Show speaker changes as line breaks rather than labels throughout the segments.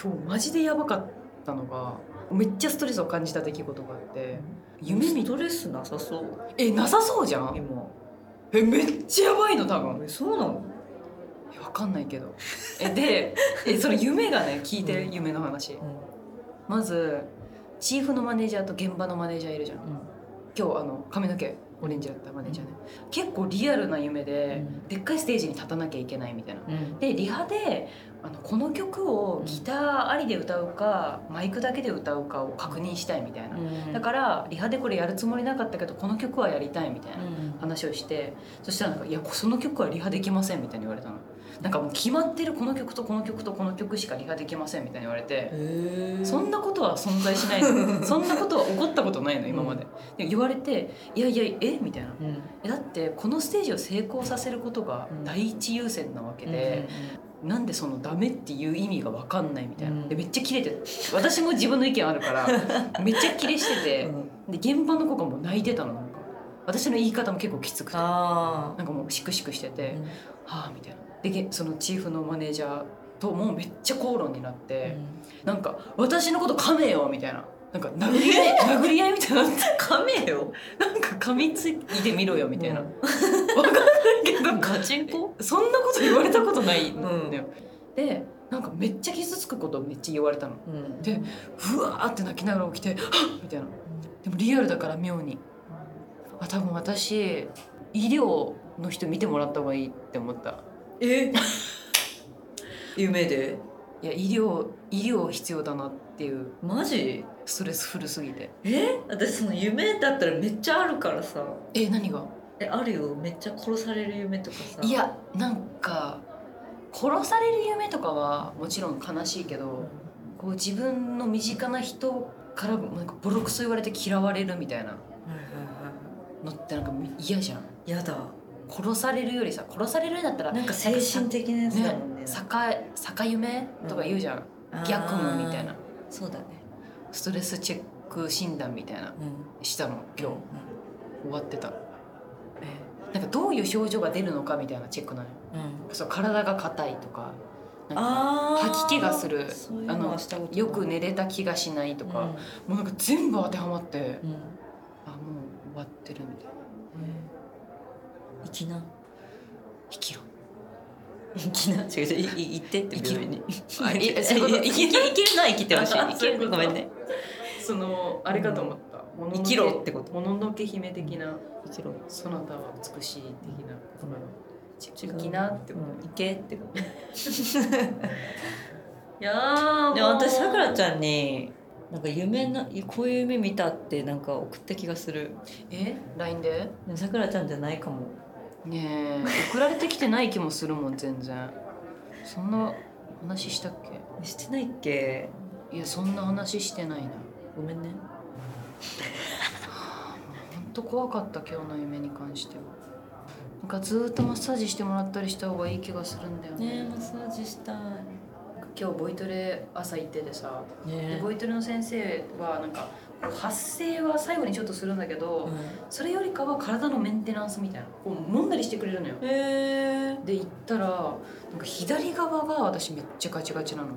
今日マジでやばかったのがめっちゃストレスを感じた出来事があって夢見
ストレスなさそう
えなさそうじゃん
今
えめっちゃやばいの多分
えそうなの
えわかんないけどえでえそれ夢がね聞いて、
うん
夢の話
うん
まずチーフのマネージャーと現場のマネージャーいるじゃん今日あの髪の毛オレンジだったマネージャーね、結構リアルな夢で、でっかいステージに立たなきゃいけないみたいな
うん
でリハであのこの曲をギターありで歌うかマイクだけで歌うかを確認したいみたいな、
うん
だからリハでこれやるつもりなかったけどこの曲はやりたいみたいな
うん
話をしてそしたらなんか「いやその曲はリハできません」みたいに言われたのなんかもう決まってるこの曲とこの曲とこの曲しかリハできませんみたいに言われて、
へえ
そんなことは存在しない のそんなことは起こったことないの今まで,、で言われて「いやいやえみたいな
うん
えだってこのステージを成功させることが第一優先なわけで、
で
なんでそのダメっていう意味が分かんないみたいな、
うん
でめっちゃキレて私も自分の意見あるから めっちゃキレしててで現場の子がもう泣いてたのなんか私の言い方も結構きつくてな
ああ
んかもうシクシクしてて、はあみたいなでげそのチーフのマネージャーともうめっちゃ口論になって、なんか私のこと噛めよみたいななんか殴り合い、殴り合いみたい になって
カメよ
なんか噛みついてみろよみたいな、
うん
分かんないけど
ガチンコ
そんなこと言われたことないんだよ、
うん
でなんかめっちゃ傷つくことをめっちゃ言われたの
うん
でふわーって泣きながら起きて「はっ!」みたいなでもリアルだから妙にあ多分私医療の人見てもらった方がいいって思った
え夢で
いや医療医療必要だなっていう
マジ
ストレスフルすぎて
え私その夢だったらめっちゃあるからさ
え何が
えあるよめっちゃ殺される夢とかさ
いやなんか殺される夢とかはもちろん悲しいけ
うん
どこう自分の身近な人からなんかボロクソ言われて嫌われるみたいな
はいはいは
のってなんか嫌じゃん
いやだ
殺されるよりさ殺されるんだったら
なんか精神的なやつだもんね
ね逆夢とか言うじゃん、
あー
逆夢みたいな
そうだね
ストレスチェック診断みたいな
うん
したの今日終わってた
え
なんかどういう症状が出るのかみたいなチェックなのよ
うん
そう体が硬いとかなんか
あー
吐き気がする
そういうのはしたことない
よく寝れた気がしないとか、もうなんか全部当てはまって
うんうん
あもう終わってるみたいな
え生きな
生きろ
生きな違う違ういい行ってって病院に
あい
え
えそういうこと
生き生きるのは生きてほしい
あ
生き
そういうこ
る
と
ごめんね
そのあれかと思った、もののけ
生きろってこと
もののけ姫的な、
生きろ
そなたは美しい的な言葉の
違う
生きなって
う
思
ん、行けってこと
ういやー
でも私さくらちゃんになんか夢なこういう夢見たってなんか送った気がする
え LINE で
でもさくらちゃんじゃないかも
ねえ送られてきてない気もするもん全然そんな話したっ
してないっけ
けいやそんな話してないな
ごめんね
ほんと怖かった今日の夢に関してはなんかずーっとマッサージしてもらったりした方がいい気がするんだよね
ねえマッサージしたい
今日ボイトレ朝行っててさで
ね
ボイトレの先生はなんか発声は最後にちょっとするんだけど、それよりかは体のメンテナンスみたいなこう揉んだりしてくれるのよ
えへえ
で行ったらなんか左側が私めっちゃガチガチなの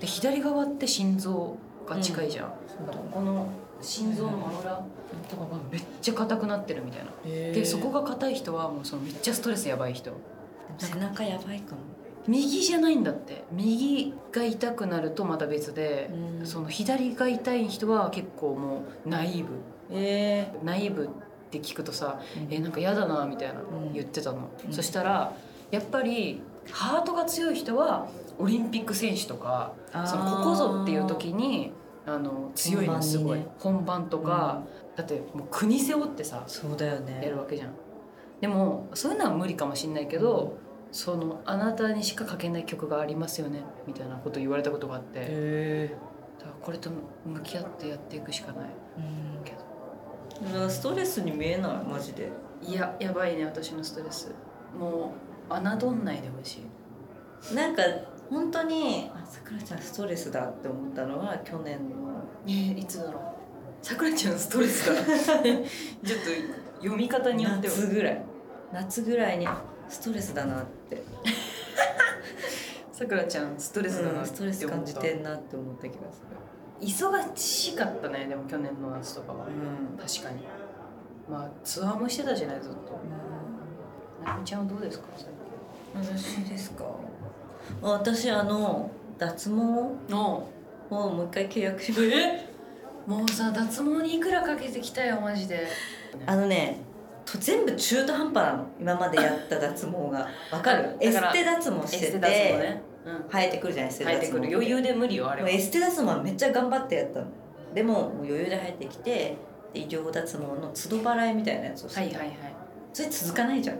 で左側って心臓が近いじゃん、なんかここの心臓の真裏とかがめっちゃ硬くなってるみたいなでそこが硬い人はもうそのめっちゃストレスやばい人
背中やばいかも
右じゃないんだって右が痛くなるとまた別で、
うん
その左が痛い人は結構もうナイーブ
え
ナイーブって聞くとさ
え
えなんか嫌だなみたいな
うん
言ってたの、
うん
そしたらやっぱりハートが強い人はオリンピック選手とか
あー
そのここぞっていう時にあの強いのすごい
本番に
本
ね
番とか、だってもう国背負ってさ
そうだよ
や
ね
るわけじゃんでもそういうのは無理かもしんないけど、そのあなたにしか書けない曲がありますよねみたいなこと言われたことがあって、
へえ
だからこれと向き合ってやっていくしかない
うん
けど
だからストレスに見えないマジで
いややばいね私のストレスもう侮んないでほしい
なんか本当にあさくらちゃんストレスだって思ったのは去年の
ねえいつだろうさくら ちゃんストレスだちょっと読み方によっては
夏ぐらい夏ぐらいにあストレスだなって
さくらちゃんストレスだな
うんストレス感じ
ってて
んなって思った気がする
思った忙しかったねでも去年の夏とかは
うん
確かにまあツアーもしてたじゃないずっとなみちゃんはどうですか最
私ですか私あの脱毛を
近お
もう一回契約しました
えもうさ脱毛にいくらかけてきたよマジで
あのねと全部中途半端なの今までやった脱毛がわかるエ
だか
ス
ら
テ脱毛してて
脱毛ね、うん、
生えてくるじゃないエステ脱
入
毛
ってくる余裕で無理よあれ
もう
は
エステ脱毛はめっちゃ頑張ってやったのでももう余裕で生えてきてで医療脱毛の都度払いみたいなやつをして、
はいはいはい
それ続かないじゃん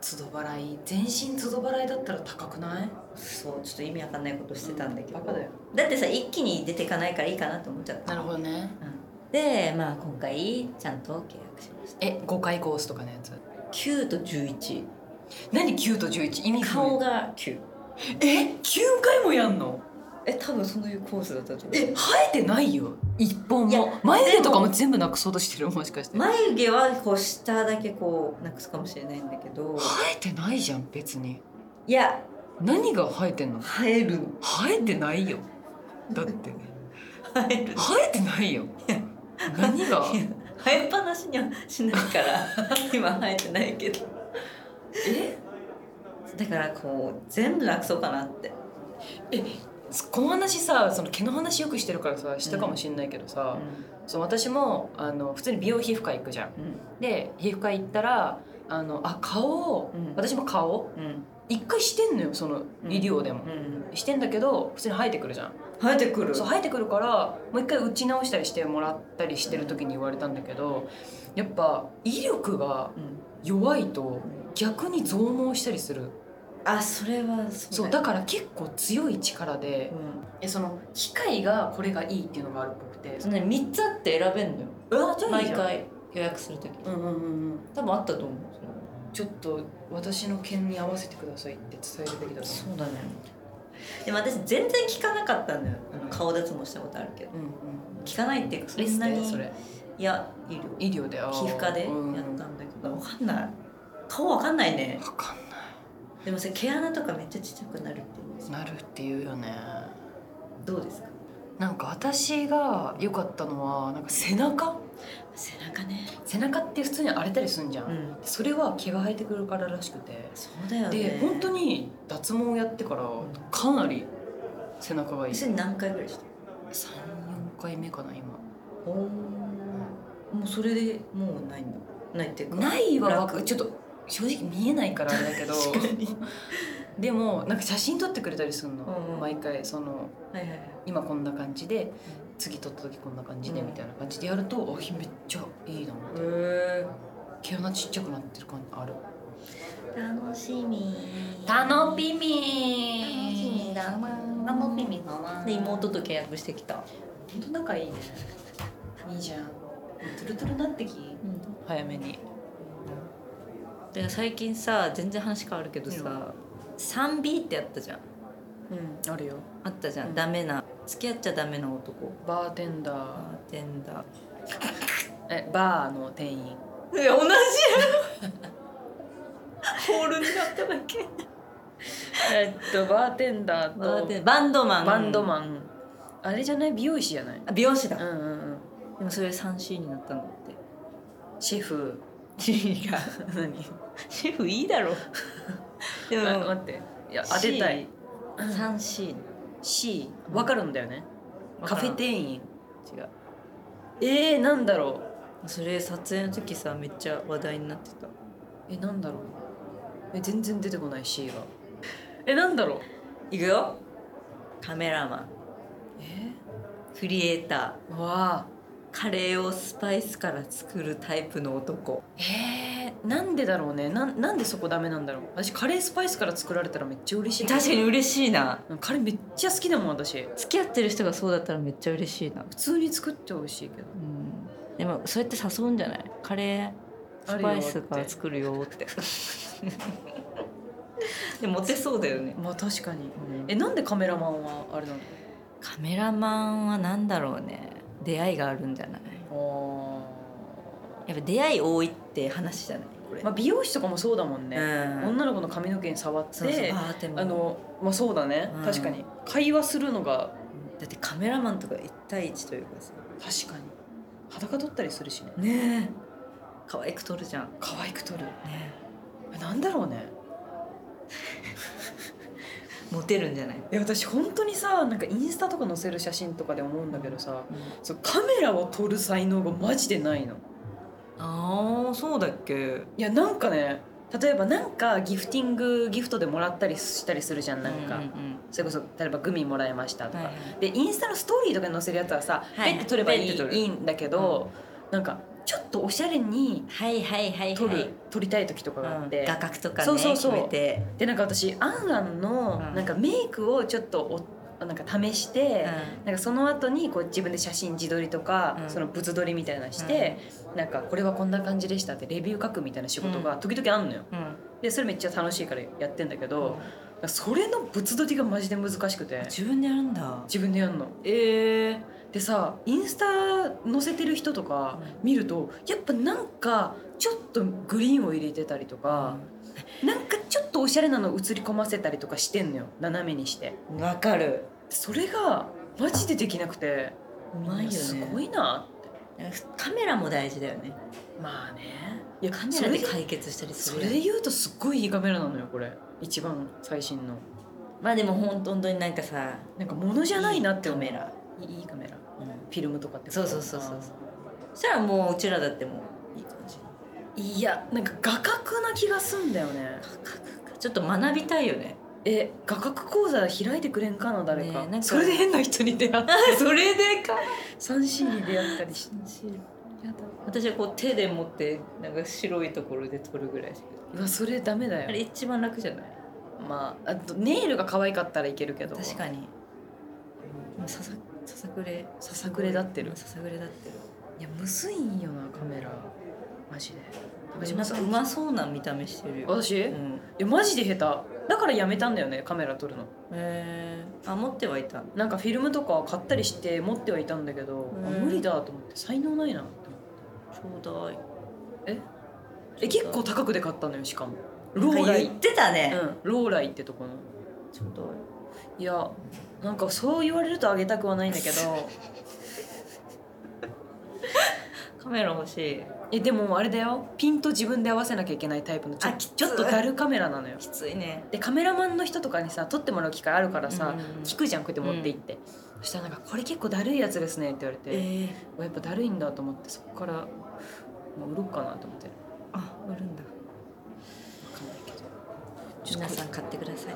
都度払い全身都度払いだったら高くない
そうちょっと意味わかんないことしてたんだけど、
バカだよ
だってさ一気に出てかないからいいかなと思っちゃった、
なるほどね
うんでまあ今回ちゃんと契約しました
え5回コースとかのやつ
9と11
何9と11意味不明
顔が9
え9回もやんの
え多分そういうコースだったと思う
え生えてないよ一本
いや
も眉毛とかも全部なくそうとしてるもしかして生
眉毛はこう下だけこうなくすかもしれないんだけど
えてないじゃん別に
いや
何が生えてんの
生える
生えてないよだって
生える
生えてないよ何が
いや生えっぱなしにはしないから 今生えてないけど
え
だからこう全部なくそうかなって、
この話さその毛の話よくしてるからさしたかもしんないけど
う
さ、
ん
そう私もあの普通に美容皮膚科行くじゃんで皮膚科行ったらあのあ顔を、
うん
私も顔
うんうん
一回してんのよその医療でも、
うん、
してんだけど普通に生えてくるじゃん
生えてくる
そう生えてくるからもう一回打ち直したりしてもらったりしてる時に言われたんだけどやっぱ威力が
うん
弱いと逆に増毛したりする
あそれはそ
そううだ
だよ
から結構強い力で
うん
えその機械がこれがいいっていうのがあるっぽくて
そのね3つあって選べんのよ
あじゃあいい
毎
じゃん
回予約するとき
うんうんうんうん
多分あったと思うその
ちょっと私の件に合わせてくださいって伝えるべきだと思
そうだねでも私全然聞かなかったのよあの
うん
顔脱毛したことあるけど
ううん
聞かないっていうかそ
うん
んなに
それ
いや医療
医療であー
皮膚科でやっ
うん、
たんだけどわかんない顔わかんないね
わかん
でもさ毛穴とかめっちゃちっちゃくなるって言うんですよ
ないなるっていうよね
どうですか
なんか私が良かったのはなんか背中
背中ね
背中って普通に荒れたりするんじゃん、
ん
それは毛が生えてくるかららしくて
そうだよね
で本当に脱毛をやってから
ん
かなり背中がいい
一緒に何回ぐらいした
34回目かな今
おおもうそれでもうないんだないっていうか
ないはわか
楽
ちょっと正直見えないからあれだけど
確かに
でもなんか写真撮ってくれたりするの、
うんうん
毎回その
はいはいはい
今こんな感じで次撮った時こんな感じで
うん
みたいな感じでやると、あひめっちゃいいなって
へ
毛穴ちっちゃくなってる感じある
え楽しみ
ピミ
楽しみだな
楽しみだな
で妹と契約してきた
本当仲いいねいいじゃんトゥルトゥルなってき早めに
で最近さ全然話変わるけどさ 3B ってやったじゃん
うんあるよ
あったじゃん、
うん
ダメな付き合っちゃダメな男
バーテン
バ
ダー
ーテンダー
えバーの店員
同じやホールになっただけ
えっとバーテンダーと
バーテンバンドマン
バンドマン、あれじゃない美容師じゃない
あ美容師だ、
うんうんうん
でもそれ 3C になったんだって
シェフ
違う何シェフいいだろ で
あ
も
待っていや当てたい
3C
C わかるんだよねカフェ店員
違う
えー、なんだろ
それ撮影の時さめっちゃ話題になってた
うえなんだろうえ全然出てこない C が えなんだろう
いくよカメラマン
え
クリエイター
ー、わあ
カレーをスパイスから作るタイプの男
えー、なんでだろうねなんなんでそこダメなんだろう私カレースパイスから作られたらめっちゃ嬉しい
確かに嬉しいな
にカレーめっちゃ好きだもん私
付き合ってる人がそうだったらめっちゃ嬉しいな
普通に作ってほしいけど
うんでもそうやって誘うんじゃないカレースパイスから作るよってでモテそうだよね、
まあ確かに
うん
えなんでカメラマンはあれなの
カメラマンは何だろうね出会いがあるんじゃない
あ
やっぱ出会い多いって話じゃないここれ、
まあ、美容師とかもそうだもんね、
うん
女の子の髪の毛に触って
そうそうあーでも
あのまあそうだね、
うん
確かに会話するのが
だってカメラマンとか一対一というかさ
確かに裸取ったりするしね
ねえ可愛く撮るじゃん
可愛く撮る
ね
なんだろうね
えモテるんじゃない、
いや私本当にさなんかインスタとか載せる写真とかで思うんだけどさそうカメラを撮る才能がマジでないの
ああそうだっけ
いやなんかね例えばなんかギフティングギフトでもらったりしたりするじゃんなんか、
うんうん
それこそ例えばグミもらいましたとか、
はいはい
でインスタのストーリーとかに載せるやつはさ、
はい
ペッて撮ればいい
ペッて撮る
いいんだけど、なんかちょっとおしゃれに
はいはいはいはい
撮る、撮りたい時とかがあ
う
っ
ん、
て、
画角とかね
そうそうそう
決めて、
でなんか私アンアンの
うん
なんかメイクをちょっとおなんか試して、なんかその後にこう自分で写真自撮りとか、
うん
その物撮りみたいなのして、なんかこれはこんな感じでしたってレビュー書くみたいな仕事が時々あんのよ。
うんうん
でそれめっちゃ楽しいからやってんだけど、それの物撮りがマジで難しくて
自分でやるんだ
自分でやるの。ええでさインスタ載せてる人とか見るとやっぱなんかちょっとグリーンを入れてたりとか、なんかちょっとおしゃれなの映り込ませたりとかしてんのよ斜めにして
わかる
それがマジでできなくて
うまいよね
すごいな
なんかカメラも大事だよね
まあねいや
カメラで
それで
解決したりす
そ
る
れで言うとすっごいいいカメラなのよこれ一番最新の
まあでも本当になんかさ
なんか物じゃないなって思う
いいカメラ
いいいいカメラフ
うん
ィルムとかってこと
そうそうそうそうそしたらもううちらだってもういい感じ
いやなんか画角な気がすんだよね
ちょっと学びたいよね
え画角講座開いてくれんかな誰
ねえ
か,、
なんか
それで変な人に出会って
それでか
3C に出会ったりしてやだ
私はこう手で持ってなんか白いところで撮るぐらいしか
うわそれダメだよ
あれ一番楽じゃない
まあ、あとネイルが可愛かったらいけるけど
確かにもうささささくれ
ささくれ立ってる
ささくれだってる
いやむずいんよなカメラマジで中
な
島
ん
さ
かうんまそうな見た目してるよ、
私、
う
い
ん
やマジで下手だからやめたんだよねカメラ撮るの
えー、あ持ってはいた
なんかフィルムとか買ったりして持ってはいたんだけど、あ
うん
無理だと思って才能ないなと思って
ちょうだい
え
ち
え
ょうだ
結構
い
高くで買ったのよしかもロ
ロ
ー
ー
ラ
ラ
イ、う
言ってたね、
ん、ローライってとこの
ちょうだい
いやなんかそう言われるとあげたくはないんだけ ど
カメラ欲しい
えでもあれだよピンと自分で合わせなきゃいけないタイプのちょ
あきつい
ちょっとダルカメラなのよ
きついね
でカメラマンの人とかにさ撮ってもらう機会あるからさ、
うんうんうん
聞くじゃんこうやって持って行って、そしたらなんか「これ結構だるいやつですね」って言われて、
えー、
うわやっぱだるいんだと思ってそこからもう売ろうかなと思ってる
あ売るんだ
分かんないけど
皆さん買ってください